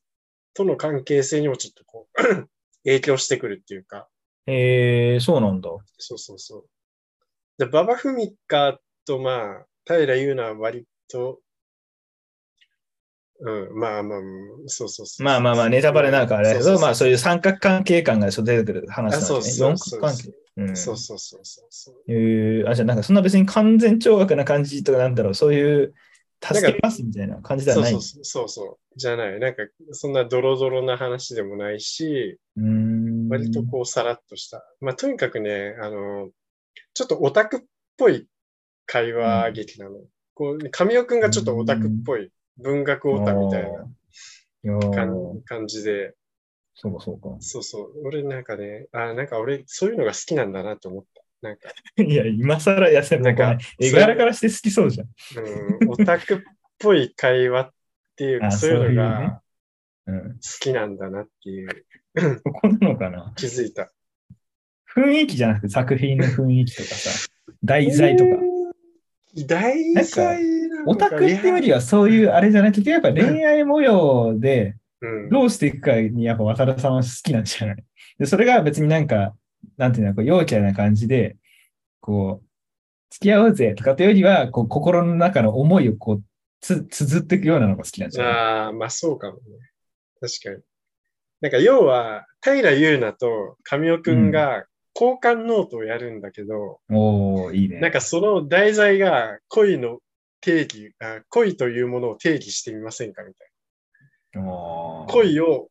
Speaker 2: との関係性にもちょっとこう、 影響してくるっていうか、
Speaker 1: えー、そうなんだ。
Speaker 2: そうそうそう。で、馬場文香と、まあ、平優奈は割と、うん、まあまあ、うんそうそうそう。
Speaker 1: まあまあまあ、ネタバレなんかあれだけ
Speaker 2: そうそう
Speaker 1: ど、
Speaker 2: そう
Speaker 1: まあそういう三角関係感がそう出てくる話なん
Speaker 2: あそ
Speaker 1: で
Speaker 2: う
Speaker 1: す
Speaker 2: そ
Speaker 1: ね。
Speaker 2: う
Speaker 1: 四
Speaker 2: そう
Speaker 1: 角関係。うん
Speaker 2: そうそうそうそうそう。
Speaker 1: えー、あ、じゃあなんかそんな別に完全懲悪な感じとかなんだろう、そういう
Speaker 2: か
Speaker 1: 助けますみたいな感じではない。
Speaker 2: そううそうそうそう。じゃない。なんか、そんなドロドロな話でもないし、
Speaker 1: ーん
Speaker 2: 割とこう、さらっとした。まあ、とにかくね、あの、ちょっとオタクっぽい会話劇なの。こう、神尾くんがちょっとオタクっぽい、文学オタみたい
Speaker 1: あ
Speaker 2: な
Speaker 1: ーいやー
Speaker 2: 感感じで、
Speaker 1: そうかそうか。
Speaker 2: そうそう。俺なんかね、あなんか俺、そういうのが好きなんだなと思った。なんか、
Speaker 1: いや、今更痩せ
Speaker 2: なんか
Speaker 1: なんか絵柄からして好きそうじゃん。
Speaker 2: うん、オタクっぽい会話っていうか、
Speaker 1: あ
Speaker 2: そういうの
Speaker 1: そういうね
Speaker 2: が
Speaker 1: うん、
Speaker 2: 好きなんだなっていう、
Speaker 1: そこなのかな。
Speaker 2: 気づいた。
Speaker 1: 雰囲気じゃなくて作品の雰囲気とかさ、題材とか。
Speaker 2: えー。題材なの
Speaker 1: オ
Speaker 2: か
Speaker 1: タクっていうよりはそういうあれじゃない結局やっぱ恋愛模様で、
Speaker 2: うん
Speaker 1: どうしていくかにやっぱ渡田さんは好きなんじゃない で、それが別になんか、なんていうの、こう陽キャな感じで、こう、付き合おうぜとかというよりは、こう、心の中の思いをこう、つ、綴っていくようなのが好きなんじゃない
Speaker 2: ああ、まあそうかもね。確かに。なんか要は、平優奈と神尾くんが交換ノートをやるんだけど、
Speaker 1: おー、いいね。
Speaker 2: なんかその題材が恋の定義あ、恋というものを定義してみませんかみたい
Speaker 1: お
Speaker 2: な。
Speaker 1: ー
Speaker 2: 恋を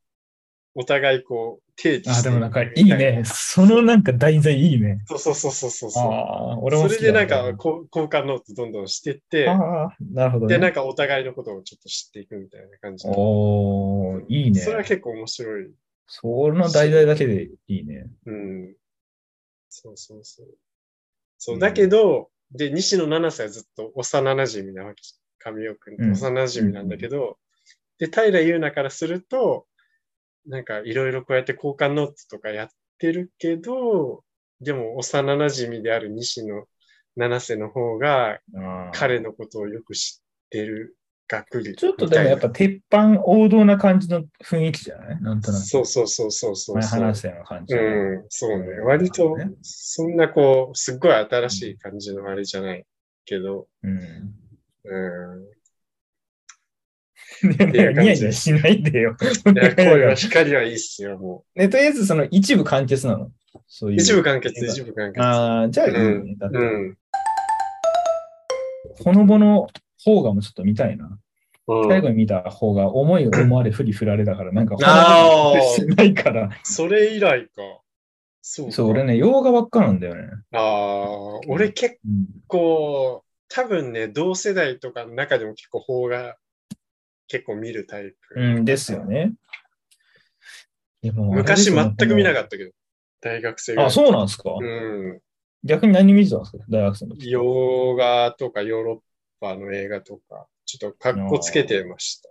Speaker 2: お互いこう提起
Speaker 1: あ
Speaker 2: し
Speaker 1: ー、
Speaker 2: て
Speaker 1: で
Speaker 2: る
Speaker 1: もなんかいいね。そのなんか題材いいね。
Speaker 2: そうそうそうそうそう
Speaker 1: あ
Speaker 2: そう。
Speaker 1: あー、俺も
Speaker 2: そ
Speaker 1: 好き
Speaker 2: れ
Speaker 1: だ
Speaker 2: でなんかこう交換ノートどんどんしてって、
Speaker 1: ああ、なるほど
Speaker 2: で、なん
Speaker 1: ね。
Speaker 2: かお互いのことをちょっと知っていくみたいな感じで。
Speaker 1: おー、いいね。
Speaker 2: それは結構面白い。
Speaker 1: その題材だけでいいね。
Speaker 2: うん。そうそうそう。そうう、
Speaker 1: ん
Speaker 2: だけど、で、西野七瀬はずっと幼馴染みなわけじゃん。神尾くんって
Speaker 1: うん
Speaker 2: 幼馴染みなんだけど、で、平優奈からすると、なんかいろいろこうやって交換ノートとかやってるけど、でも幼馴染みである西野七瀬の方が
Speaker 1: あー
Speaker 2: 彼のことをよく知ってる学歴
Speaker 1: ちょっとでもやっぱ鉄板王道な感じの雰囲気じゃないなんとなく。
Speaker 2: そうそうそうそうそう。
Speaker 1: 前話したような感じ。
Speaker 2: うん、そうね。
Speaker 1: うん
Speaker 2: 割と
Speaker 1: なるほどね、
Speaker 2: そんなこう、すっごい新しい感じのあれじゃないけど、
Speaker 1: うん。
Speaker 2: うん。
Speaker 1: いやニヤニヤしないでよ。
Speaker 2: いや、声は光はいいっすよ、も。
Speaker 1: ね、とりあえずその一部完結なの。そういうう。
Speaker 2: 一部完結、
Speaker 1: 今
Speaker 2: 一部完結。
Speaker 1: ああ、じゃあいいね。
Speaker 2: うん
Speaker 1: だって
Speaker 2: うん。
Speaker 1: ほのぼの方がもうちょっと見たいな。
Speaker 2: う
Speaker 1: 最後
Speaker 2: ん、
Speaker 1: に見た方が思いを思われ振り振られだから、なんか
Speaker 2: あー
Speaker 1: ほのぼのしないから。
Speaker 2: それ以来か。そうか
Speaker 1: そう、俺ね、洋画ばっかなんだよね。
Speaker 2: ああ、俺結
Speaker 1: うん、
Speaker 2: 構、多分ね、同世代とかの中でも結構邦画、結構見るタイプ。
Speaker 1: うんですよね。でも
Speaker 2: 昔全く見な
Speaker 1: かっ
Speaker 2: かったけど、大学生
Speaker 1: あ、
Speaker 2: う
Speaker 1: そうなんですか、
Speaker 2: うん。
Speaker 1: 逆に何見てたんですか大学生の時。
Speaker 2: 洋画とかヨーロッパの映画とか、ちょっと格好つけてました。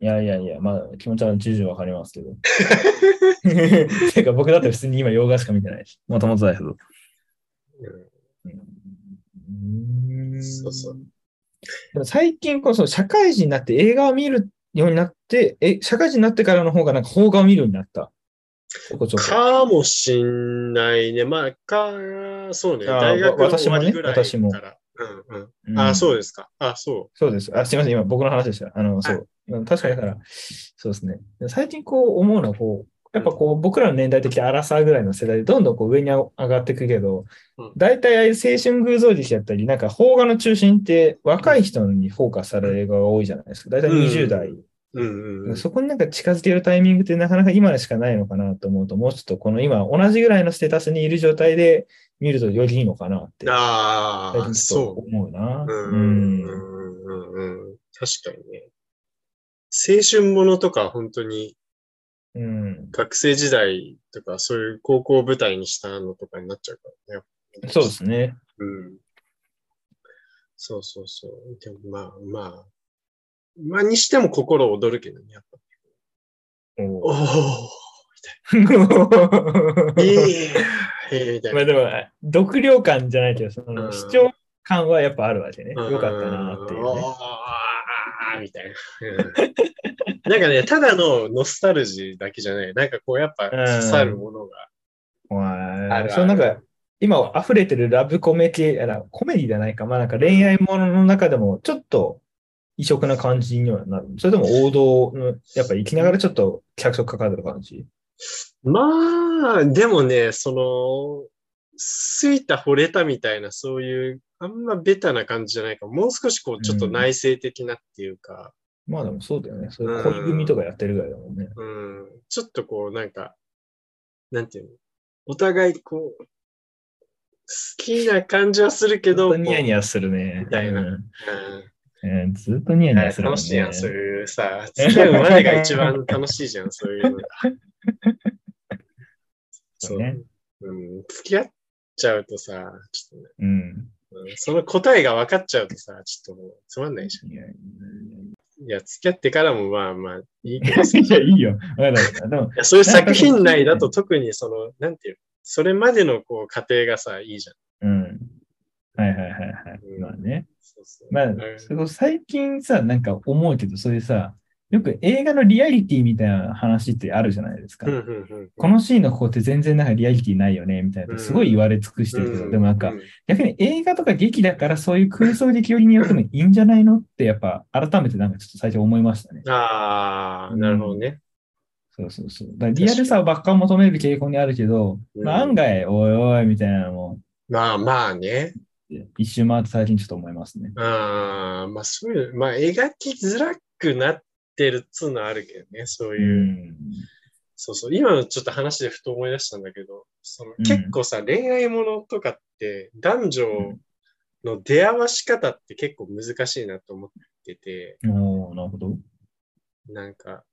Speaker 1: いやいやいや、まあ気持ちは重々わかりますけど。 てか僕だって普通に今洋画しか見てないし、もともとだけど。うん
Speaker 2: そうそう。
Speaker 1: でも最近こうそう、社会人になって映画を見るようになって、え社会人になってからの方がなんか邦画を見るようになった。ちょこちょこ
Speaker 2: かもしんないね。まあ、か、そうね。
Speaker 1: あー
Speaker 2: 大学の
Speaker 1: わ
Speaker 2: 終わりぐらいから。
Speaker 1: 私もね
Speaker 2: うん
Speaker 1: う
Speaker 2: うんん、あー、そうですか。あーそ
Speaker 1: そうです。あ、すみません。今、僕の話でした。あの、そう。うん確かに、だから、そうですね。最近こう思うのは、こう、やっぱこう、僕らの年代的アラサーぐらいの世代で、どんどんこう上に上がっていくけど
Speaker 2: うん、
Speaker 1: 大体ああいう青春偶像劇だったり、なんか邦画の中心って若い人にフォーカスされる映画が多いじゃないですか。大体20代。
Speaker 2: う。うんうん。
Speaker 1: そこになんか近づけるタイミングってなかなか今しかないのかなと思うと、もうちょっとこの今、同じぐらいのステータスにいる状態で見るとよりいいのかなって、
Speaker 2: あ
Speaker 1: 最
Speaker 2: あ、
Speaker 1: 近ちょっと
Speaker 2: そう。
Speaker 1: 思うな。
Speaker 2: う
Speaker 1: う
Speaker 2: んうん
Speaker 1: ん
Speaker 2: うんうん。確かにね。青春ものとか本当に
Speaker 1: うん
Speaker 2: 学生時代とかそういう高校を舞台にしたのとかになっちゃうからね。
Speaker 1: そうですね。
Speaker 2: うんそうそうそう。でもまあまあ。まあにしても心躍るけどね、やっぱ。お
Speaker 1: お
Speaker 2: おー、いい
Speaker 1: ー
Speaker 2: えええみた い
Speaker 1: ま
Speaker 2: な。
Speaker 1: あでも、独量感じゃないけど、その
Speaker 2: うん
Speaker 1: 視聴感はやっぱあるわけね。よかったなっていう、
Speaker 2: お
Speaker 1: ね。
Speaker 2: ーみたいな。うんなんかね、ただのノスタルジーだけじゃない。なんかこう、やっぱ刺さるものが。
Speaker 1: わ
Speaker 2: あ
Speaker 1: あ
Speaker 2: る
Speaker 1: そのなんか、今溢れてるラブコメ系、あらコメディじゃないか、まあなんか恋愛ものの中でもちょっと異色な感じにはなる。それとも王道の、やっぱ生きながらちょっと脚色かかってる感じ。
Speaker 2: まあ、でもね、その、すいた惚れたみたいな、そういう、あんまベタな感じじゃないか。もう少しこう、ちょっと内省的なっていうか、
Speaker 1: まあでもそうだよね。そういう恋組とかやってるぐらいだもんね。
Speaker 2: うんちょっとこう、なんか、なんていうのお互いこう、好きな感じはするけ
Speaker 1: ずっ
Speaker 2: ど、
Speaker 1: とニヤニヤするね。
Speaker 2: みたいな
Speaker 1: うん
Speaker 2: うん
Speaker 1: えーずっとニヤニ
Speaker 2: は
Speaker 1: ヤ
Speaker 2: い
Speaker 1: するもん
Speaker 2: 楽
Speaker 1: ね。
Speaker 2: しいやん、そういうさ、付き合うまでが一番楽しいじゃん、そういうのが。
Speaker 1: そ
Speaker 2: そうう、
Speaker 1: ね
Speaker 2: うん。付き合っちゃうとさ、ちょっとね、
Speaker 1: うん。
Speaker 2: うんその答えが分かっちゃうとさ、ちょっともうつまんないじ
Speaker 1: いや
Speaker 2: ゃん。いや、付き合ってからもまあまあいいけどさ、
Speaker 1: いや、いいよ。わかったでも、
Speaker 2: いやそういう作品内だと特にその、なんていうのそれまでのこう過程がさ、いいじゃん。
Speaker 1: うん。はいはいはいはい。まあね。
Speaker 2: そうそう
Speaker 1: まあ
Speaker 2: うん、
Speaker 1: そこ最近さ、なんか思うけど、そういうさ、よく映画のリアリティみたいな話ってあるじゃないですか。
Speaker 2: うんうんうん
Speaker 1: このシーンのここって全然なんかリアリティないよね、みたいな、
Speaker 2: うん
Speaker 1: すごい言われ尽くしてるけど、
Speaker 2: う
Speaker 1: でもなんか、
Speaker 2: う
Speaker 1: 逆に映画とか劇だからそういう空想劇よりによってもいいんじゃないのって、やっぱ改めてなんかちょっと最初思いましたね。
Speaker 2: ああ、なるほどね。
Speaker 1: そうそうそう。だからリアルさをばっか求める傾向にあるけど、
Speaker 2: うん
Speaker 1: まあ案外、おいおい、みたいなのも、
Speaker 2: まあまあね。
Speaker 1: 一周回って最近ちょっと思いますね。
Speaker 2: あーまあそういう、まあ描きづらくなってるっつうのはあるけどね。そ
Speaker 1: う
Speaker 2: ういう、
Speaker 1: ん。
Speaker 2: そうそう、今のちょっと話でふと思い出したんだけど、その
Speaker 1: うん
Speaker 2: 結構さ、恋愛ものとかって男女の出会わし方って結構難しいなと思ってて、
Speaker 1: おーなるほど。
Speaker 2: なんか、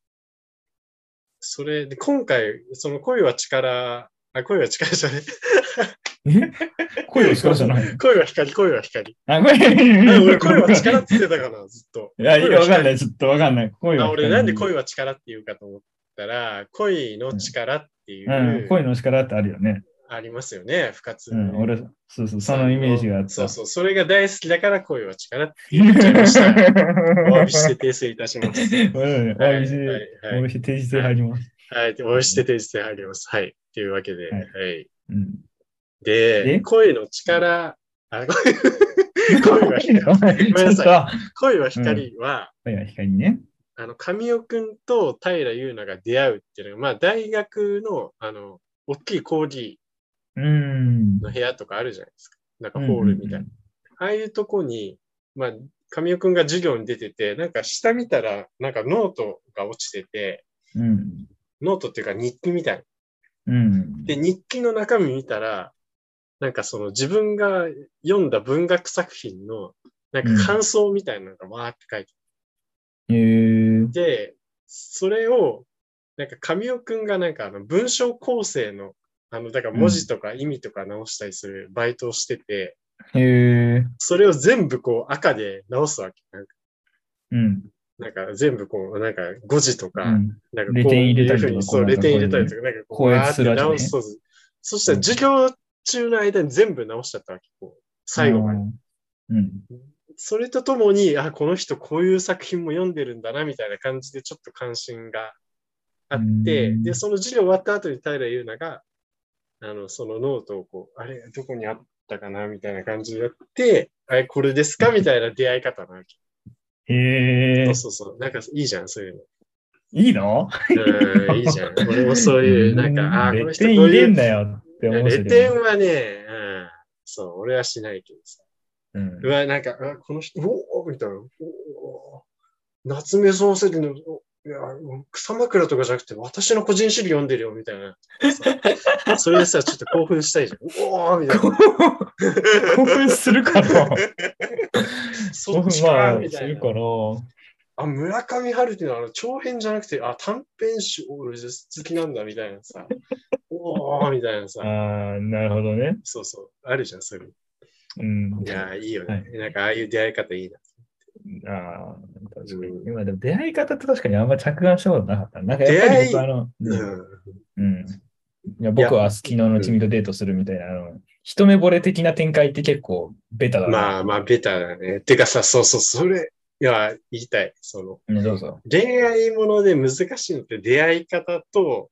Speaker 2: それで今回、その恋は力、あ、恋は力じゃね
Speaker 1: え声を力じゃない。
Speaker 2: 恋は光、恋は 光。
Speaker 1: あ、声
Speaker 2: あ俺声は力って言ってたかな、ずっと。
Speaker 1: いや、い
Speaker 2: 声
Speaker 1: や
Speaker 2: は
Speaker 1: わ
Speaker 2: 光
Speaker 1: かんない。ちょっとわかんない。声は
Speaker 2: あ
Speaker 1: 光
Speaker 2: 俺なんで恋は力って言うかと思ったら、恋の力っていう、
Speaker 1: うん、声の力ってあるよね。
Speaker 2: ありますよね、不活、
Speaker 1: うん、俺、そうそう、そのイメージがあった。
Speaker 2: そうそう、それが大好きだから恋は力って言っちゃいました。 お詫びして訂正いたします。
Speaker 1: うん、
Speaker 2: はい、
Speaker 1: お詫びし
Speaker 2: はい
Speaker 1: て、お
Speaker 2: はい
Speaker 1: 詫びして、提出入ります。
Speaker 2: はい、お詫びして訂正入ります。はい、というわけで、
Speaker 1: は
Speaker 2: はいい。
Speaker 1: うん。
Speaker 2: で、
Speaker 1: で
Speaker 2: 恋の力、あ 声が光る
Speaker 1: ごめん
Speaker 2: ごめんなさい
Speaker 1: ちょっ
Speaker 2: 恋は光は、
Speaker 1: と声が光ね。
Speaker 2: あの、神尾くんと平優奈が出会うっていうのが、まあ、大学の、あの、大きい講義
Speaker 1: うん。
Speaker 2: の部屋とかあるじゃないですか。なんかホールみたいな。
Speaker 1: うん
Speaker 2: ああいうとこに、まあ、神尾くんが授業に出てて、なんか下見たら、なんかノートが落ちてて、
Speaker 1: うん。
Speaker 2: ノートっていうか日記みたいな。
Speaker 1: うん。
Speaker 2: で、日記の中身見たら、なんかその自分が読んだ文学作品の、なんか感想みたいなのがわーって書いて
Speaker 1: えー、
Speaker 2: あって、それを、なんか神尾くんがなんかあの文章構成の、あの、だから文字とか意味とか直したりするバイトをしてて、
Speaker 1: えー、
Speaker 2: それを全部こう赤で直すわけ。なんか
Speaker 1: うん。
Speaker 2: なんか全部こう、なんか誤字とか、
Speaker 1: うん
Speaker 2: なんかこう
Speaker 1: レテン入れたりとか
Speaker 2: いうふうに
Speaker 1: こ
Speaker 2: そう、
Speaker 1: うなん
Speaker 2: レ
Speaker 1: か
Speaker 2: テン入れたりとか、なんかこう、
Speaker 1: こういう
Speaker 2: わーって直す。
Speaker 1: こ
Speaker 2: そうそうそしたら授業中の間に全部直しちゃったわけ、こう、最後まで。。
Speaker 1: うん。
Speaker 2: それとともに、あ、この人こういう作品も読んでるんだな、みたいな感じでちょっと関心があって、
Speaker 1: うん
Speaker 2: で、その授業終わった後に平優奈が、あの、そのノートをこう、あれ、どこにあったかな、みたいな感じでやって、あれ、これですかみたいな出会い方なわけ。
Speaker 1: え
Speaker 2: そ
Speaker 1: ー
Speaker 2: う、そうそう。なんかいいじゃん、そういうの。
Speaker 1: いいの
Speaker 2: うんいいじゃん。 俺もそういう、なん
Speaker 1: う
Speaker 2: か、あーこの
Speaker 1: レ
Speaker 2: 人
Speaker 1: テン
Speaker 2: こう
Speaker 1: 入
Speaker 2: い
Speaker 1: れ
Speaker 2: うん
Speaker 1: なよって思う
Speaker 2: レ
Speaker 1: け
Speaker 2: テン
Speaker 1: ど。
Speaker 2: はね、うん、そう、俺はしないけどさ。
Speaker 1: うん
Speaker 2: うわ、なんか、うわこの人、おおみたいな。おお夏目漱石の、おいや、草枕とかじゃなくて、私の個人資料読んでるよ、みたいな。さそれでさ、ちょっと興奮したいじゃん。おおみたいな。
Speaker 1: 興奮するかな
Speaker 2: そ
Speaker 1: 興
Speaker 2: っ
Speaker 1: 奮
Speaker 2: ちか、
Speaker 1: は
Speaker 2: み
Speaker 1: す
Speaker 2: たい
Speaker 1: る
Speaker 2: な
Speaker 1: か。な
Speaker 2: あ、村上春樹のあの長編じゃなくて、あ、短編集、俺好きなんだ、みたいなさ。 おおみたいなさ。
Speaker 1: あーなるほどね。
Speaker 2: そうそう。あるじゃん、それ。い
Speaker 1: うん。
Speaker 2: やー、いいよ
Speaker 1: は
Speaker 2: ね。なんか、ああいう出会い方いいな。
Speaker 1: ああ、確かに
Speaker 2: う。ん
Speaker 1: 今でも出会い方って確かにあんま着眼したことなかった。なんか
Speaker 2: 出
Speaker 1: やっぱ
Speaker 2: 会い
Speaker 1: り僕あの、
Speaker 2: う
Speaker 1: うん
Speaker 2: ん。
Speaker 1: うん。いや僕は昨日の君とデートするみたいな、あの、一目惚れ的な展開って結構ベタだな。
Speaker 2: まあまあ、ベタだね。てかさ、そうそう、それ、いや、言いたい。その、
Speaker 1: ね、どうぞ。
Speaker 2: 恋愛もので難しいのって出会い方と、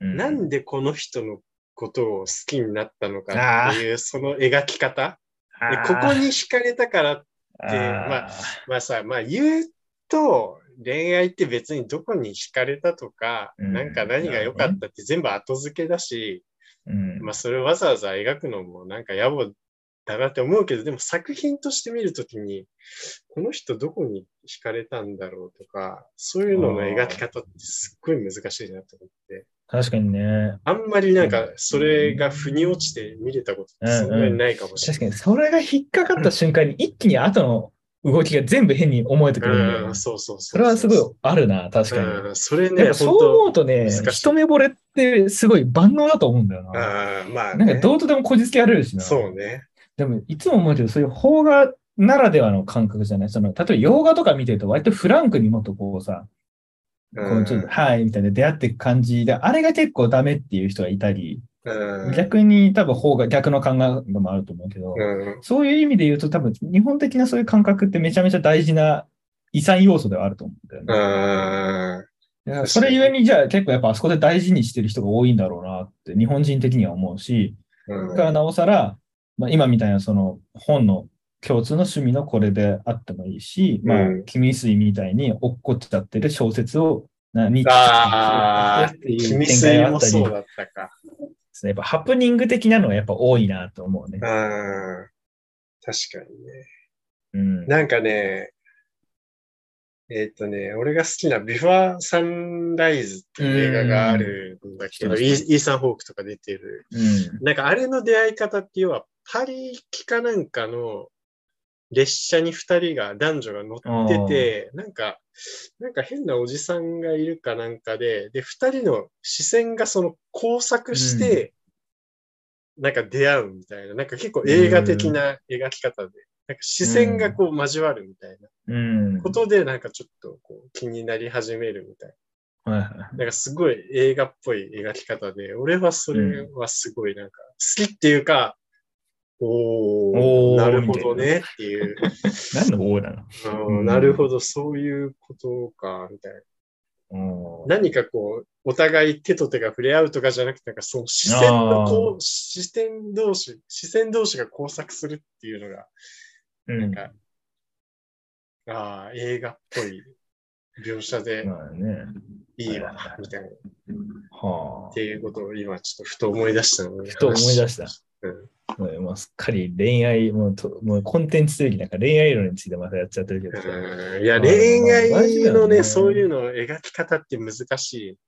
Speaker 1: うん
Speaker 2: なんでこの人のことを好きになったのかっていう、その描き方。でここに惹かれたから
Speaker 1: あー
Speaker 2: てまあまあさ、まあ言うと、恋愛って別にどこに惹かれたとか、
Speaker 1: うん
Speaker 2: なんか何が良かったって全部後付けだし、
Speaker 1: うん
Speaker 2: まあそれをわざわざ描くのもなんか野暮だなって思うけど、でも作品として見るときに、この人どこに惹かれたんだろうとか、そういうのの描き方ってすっごい難しいなと思って、
Speaker 1: 確かにね。
Speaker 2: あんまりなんかそれが腑に落ちて見れたことってそんなにないかもしれ
Speaker 1: 確
Speaker 2: ない
Speaker 1: か。に、それが引っかかった瞬間に一気に後の動きが全部変に思えてくるんだよね
Speaker 2: うん、そうそうそう。
Speaker 1: それはすごいあるな、確かに。
Speaker 2: うん、それ
Speaker 1: やっ
Speaker 2: ね、
Speaker 1: ぱ
Speaker 2: 本
Speaker 1: そう
Speaker 2: 当
Speaker 1: 思うとね、
Speaker 2: 難しい
Speaker 1: 一目惚れってすごい万能だと思うんだよな。
Speaker 2: ああ、まあ、
Speaker 1: な
Speaker 2: ね。
Speaker 1: んかどうとでもこじつけられるしな。
Speaker 2: そうね。
Speaker 1: でも、いつも思うけど、そういう邦画ならではの感覚じゃない。その、例えば洋画とか見てると、割とフランクにもっとこうさ、こ
Speaker 2: う
Speaker 1: うんちょっと、はい、みたいな出会っていく感じで、あれが結構ダメっていう人がいたり、
Speaker 2: うん。
Speaker 1: 逆に多分邦画、逆の考えもあると思うけど、
Speaker 2: うん。
Speaker 1: そういう意味で言うと、多分日本的なそういう感覚ってめちゃめちゃ大事な遺産要素ではあると思うんだよね。
Speaker 2: うん。
Speaker 1: だからそれゆえに、じゃあ結構やっぱあそこで大事にしてる人が多いんだろうなって、日本人的には思うし、だからなおさら、まあ、今みたいなその本の共通の趣味のこれであってもいいし、まあ
Speaker 2: うん、
Speaker 1: 君水みたいに落っこっちゃってる小説を、なに
Speaker 2: ああ
Speaker 1: って、 いう展
Speaker 2: 君
Speaker 1: 開
Speaker 2: 水
Speaker 1: があ
Speaker 2: も
Speaker 1: ったり
Speaker 2: そうだったか。
Speaker 1: ですね。やっぱハプニング的なのはやっぱ多いなと思うね
Speaker 2: うん。。確かにね。
Speaker 1: うん。
Speaker 2: なんかね、えーっとね、俺が好きなビフォーサンライズっていう映画があるんだけ
Speaker 1: う
Speaker 2: ど、
Speaker 1: ん
Speaker 2: イーイーサン・ホークとか出てる。
Speaker 1: うん。
Speaker 2: なんかあれの出会い方って要は、パリ行きかなんかの列車に二人が、男女が乗ってて、なんか、なんか変なおじさんがいるかなんかで、で、二人の視線がその交錯して、なんか出会うみたいな、なんか結構映画的な描き方で、なんか視線がこう交わるみたいな。
Speaker 1: うん。
Speaker 2: ことで、なんかちょっとこう気になり始めるみたい
Speaker 1: はいは
Speaker 2: な。なんかすごい映画っぽい描き方で、俺はそれはすごいなんか好きっていうか、お
Speaker 1: おー
Speaker 2: ー、なるほどねって いう、
Speaker 1: い。何の王なの
Speaker 2: うんなるほど、そういうことか、みたいな。
Speaker 1: おー
Speaker 2: 何かこう、お互い手と手が触れ合うとかじゃなくて、なんかその視線のこう、視点同士、視線同士が交錯するっていうのが、
Speaker 1: うん。
Speaker 2: なんか、ああ、映画っぽい描写で、
Speaker 1: まあね。
Speaker 2: いいわ、みたいな。っ
Speaker 1: はあ
Speaker 2: て。いうことを今ちょっとふと思い出したので。
Speaker 1: ふと思い出した。
Speaker 2: うん
Speaker 1: うんもうすっかり恋愛、もうともうコンテンツというよりなんか恋愛論についてまたやっちゃってるけどさ。
Speaker 2: うんいや、恋愛
Speaker 1: まあまあま
Speaker 2: の
Speaker 1: あま
Speaker 2: ね、
Speaker 1: あ
Speaker 2: そういうの描き方って難し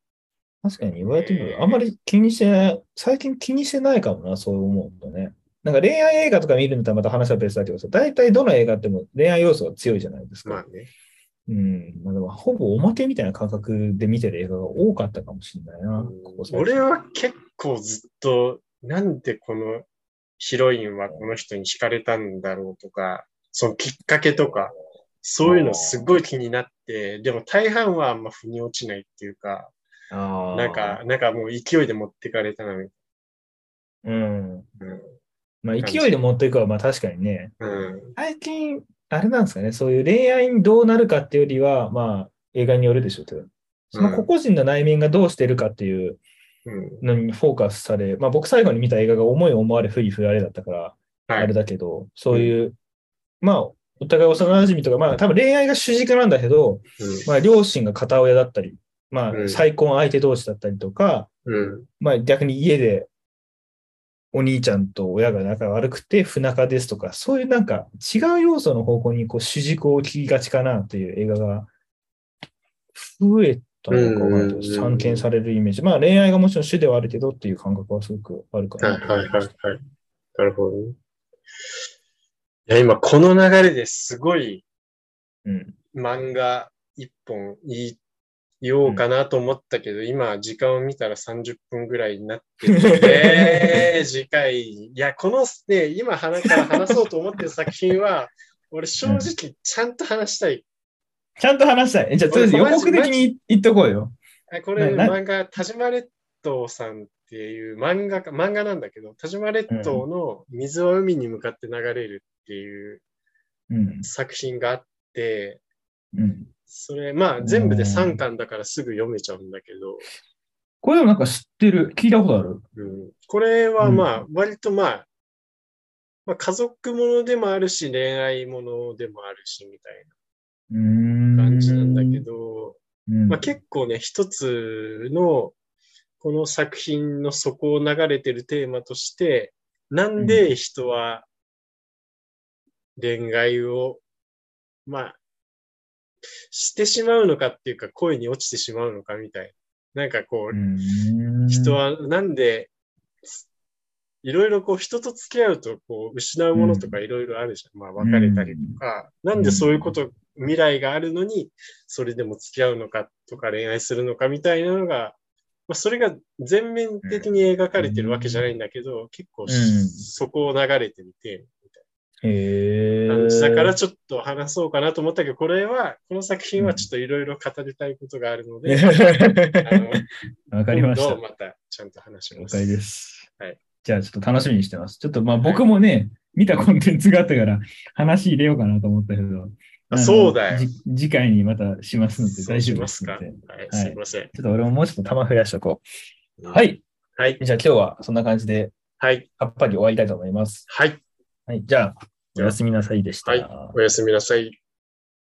Speaker 1: 確かに言われてみれば、あんまり気にしてない、最近気にしてないかもな、そう思うとね。なんか恋愛映画とか見るのとはまた話は別だけどさ、大体どの映画っても恋愛要素が強いじゃないです
Speaker 2: い。
Speaker 1: か。
Speaker 2: まあね。
Speaker 1: うん。まあ、でもほぼおまけみたいな感覚で見てる映画が多かったかもしれないな、ここ最近
Speaker 2: 俺は結構ずっと、なんでこのヒロインはこの人に惹かれたんだろうとか、そのきっかけとか、そういうのすごい気になって、でも大半はあんま腑に落ちないっていうか、
Speaker 1: あー
Speaker 2: なんか、、なんかもう勢いで持ってかれたな、み
Speaker 1: うん。
Speaker 2: たいな。
Speaker 1: まあ、勢いで持っていくは、まあ確かにね、
Speaker 2: うん。うん
Speaker 1: 最近、あれなんですかね、そういう恋愛にどうなるかっていうよりは、まあ、映画によるでしょうけど、その個々人の内面がどうしてるかっていう
Speaker 2: うん。
Speaker 1: のにフォーカスされ、まあ僕最後に見た映画が思い思われ不意不られだったから、
Speaker 2: は
Speaker 1: あれ
Speaker 2: い。
Speaker 1: だけど、そういう、まあ、お互い幼馴染とか、まあ多分恋愛が主軸なんだけど、まあ両親が片親だったり、まあ
Speaker 2: うん
Speaker 1: 再婚相手同士だったりとか、
Speaker 2: うん。
Speaker 1: まあ逆に家でお兄ちゃんと親が仲悪くて不仲ですとか、そういうなんか違う要素の方向にこう主軸を切りがちかなという映画が増えたのかわかんないけど
Speaker 2: うんうんうんうん
Speaker 1: 散見されるイメージ。まあ恋愛がもちろん主ではあるけどっていう感覚はすごくあるか
Speaker 2: はい
Speaker 1: なと思
Speaker 2: はい
Speaker 1: い
Speaker 2: は
Speaker 1: ま
Speaker 2: い
Speaker 1: した。
Speaker 2: はい。なるほどね。いや、今この流れですごい
Speaker 1: うん。
Speaker 2: 漫画一本言いようかなと思ったけど、今時間を見たら30分ぐらいになってるの で、次回、いや、このね、今話から話そうと思ってる作品は、 俺正直ちゃんと話したい。
Speaker 1: ちゃんと話したい。えじゃあとりあえず予告的に言っとこうよ。
Speaker 2: あこれ
Speaker 1: なな
Speaker 2: 漫画、田島列島さんっていう漫画家、漫画なんだけど、田島列島の水は海に向かって流れるっていう
Speaker 1: うん。
Speaker 2: 作品があって、
Speaker 1: うん。
Speaker 2: それ、まあ全部で3巻だからすぐ読めちゃうんだけど、
Speaker 1: これでもなんか知ってる、聞いたことある。
Speaker 2: うん、これは
Speaker 1: うん
Speaker 2: まあ割とまあ、まあ、家族ものでもあるし、恋愛ものでもあるし、みたいう
Speaker 1: ーん。
Speaker 2: な感じなんだけど、
Speaker 1: うん、
Speaker 2: まあ、結構ね、一つのこの作品の底を流れてるテーマとして、なんで人は恋愛を、まあ、してしまうのかっていうか、恋に落ちてしまうのかみたいな。なんかこ
Speaker 1: う
Speaker 2: う、
Speaker 1: ーん
Speaker 2: 人、はなんで、いろいろこう人と付き合うとこう失うものとかいろいろあるじゃん。まあ別れたりとか、なんでそういうこと、未来があるのに、それでも付き合うのかとか恋愛するのかみたいなのが、まあ、それが全面的に描かれてるわけじゃないんだけど、結構し
Speaker 1: うん
Speaker 2: そこを流れてみて、
Speaker 1: へ
Speaker 2: 感じだから
Speaker 1: ち
Speaker 2: ちょっと話そうかなと思ったけど、これは、この作品はちょっといろいろ語りたいことがある ので、あの
Speaker 1: ょわかりま
Speaker 2: 今
Speaker 1: した。
Speaker 2: 度
Speaker 1: 了
Speaker 2: またちゃんと話します。
Speaker 1: 解です。
Speaker 2: はい
Speaker 1: じゃあちょっと楽しみにしてます。ちょっとまあ僕もね、見たコンテンツがあったから話入れようかなと思ったけど。
Speaker 2: あ
Speaker 1: の
Speaker 2: そうだよ
Speaker 1: じ次回にまたしますので
Speaker 2: そう
Speaker 1: 大
Speaker 2: し
Speaker 1: 丈夫
Speaker 2: ま
Speaker 1: ですすの
Speaker 2: か。は
Speaker 1: で。
Speaker 2: い
Speaker 1: ちょ、
Speaker 2: すいません。
Speaker 1: っと俺ももうちょっと玉増やしとこう。は。い。
Speaker 2: はい。
Speaker 1: じゃあ今日はそんな感じで、
Speaker 2: はい。
Speaker 1: やっぱり終わりたいと思います。
Speaker 2: はい。
Speaker 1: はい。じゃあ、おやすみなさいでした。
Speaker 2: はいおやすみなさい。